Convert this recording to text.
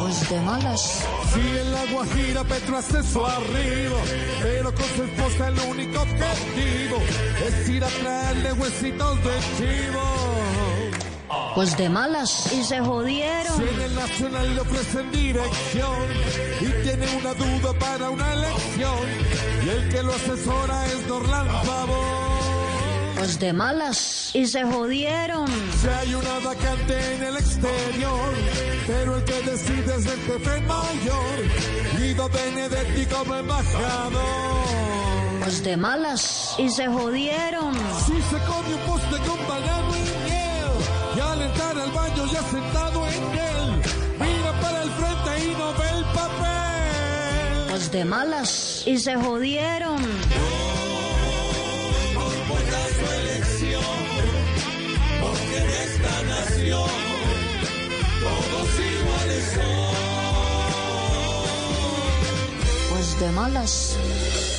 Pues malas. Si en la Guajira Petro hace su arribo, pero con su esposa el único objetivo es ir a traerle huesitos de chivo. Pues de malas. Y se Si jodieron. en el Nacional le ofrecen dirección y tiene una duda para una elección, y el que lo asesora es Dorlan Pavón. Pues de malas. Y se jodieron. Si hay una vacante en el exterior, pero el que decide es el jefe mayor. Guido Benedetti como embajador. Pues de malas. Y se jodieron. Si se come un poste con banano y miel, y al entrar al baño ya sentado en él, mira para el frente y no ve el papel. Pues de malas. Y se jodieron. Pues de malas.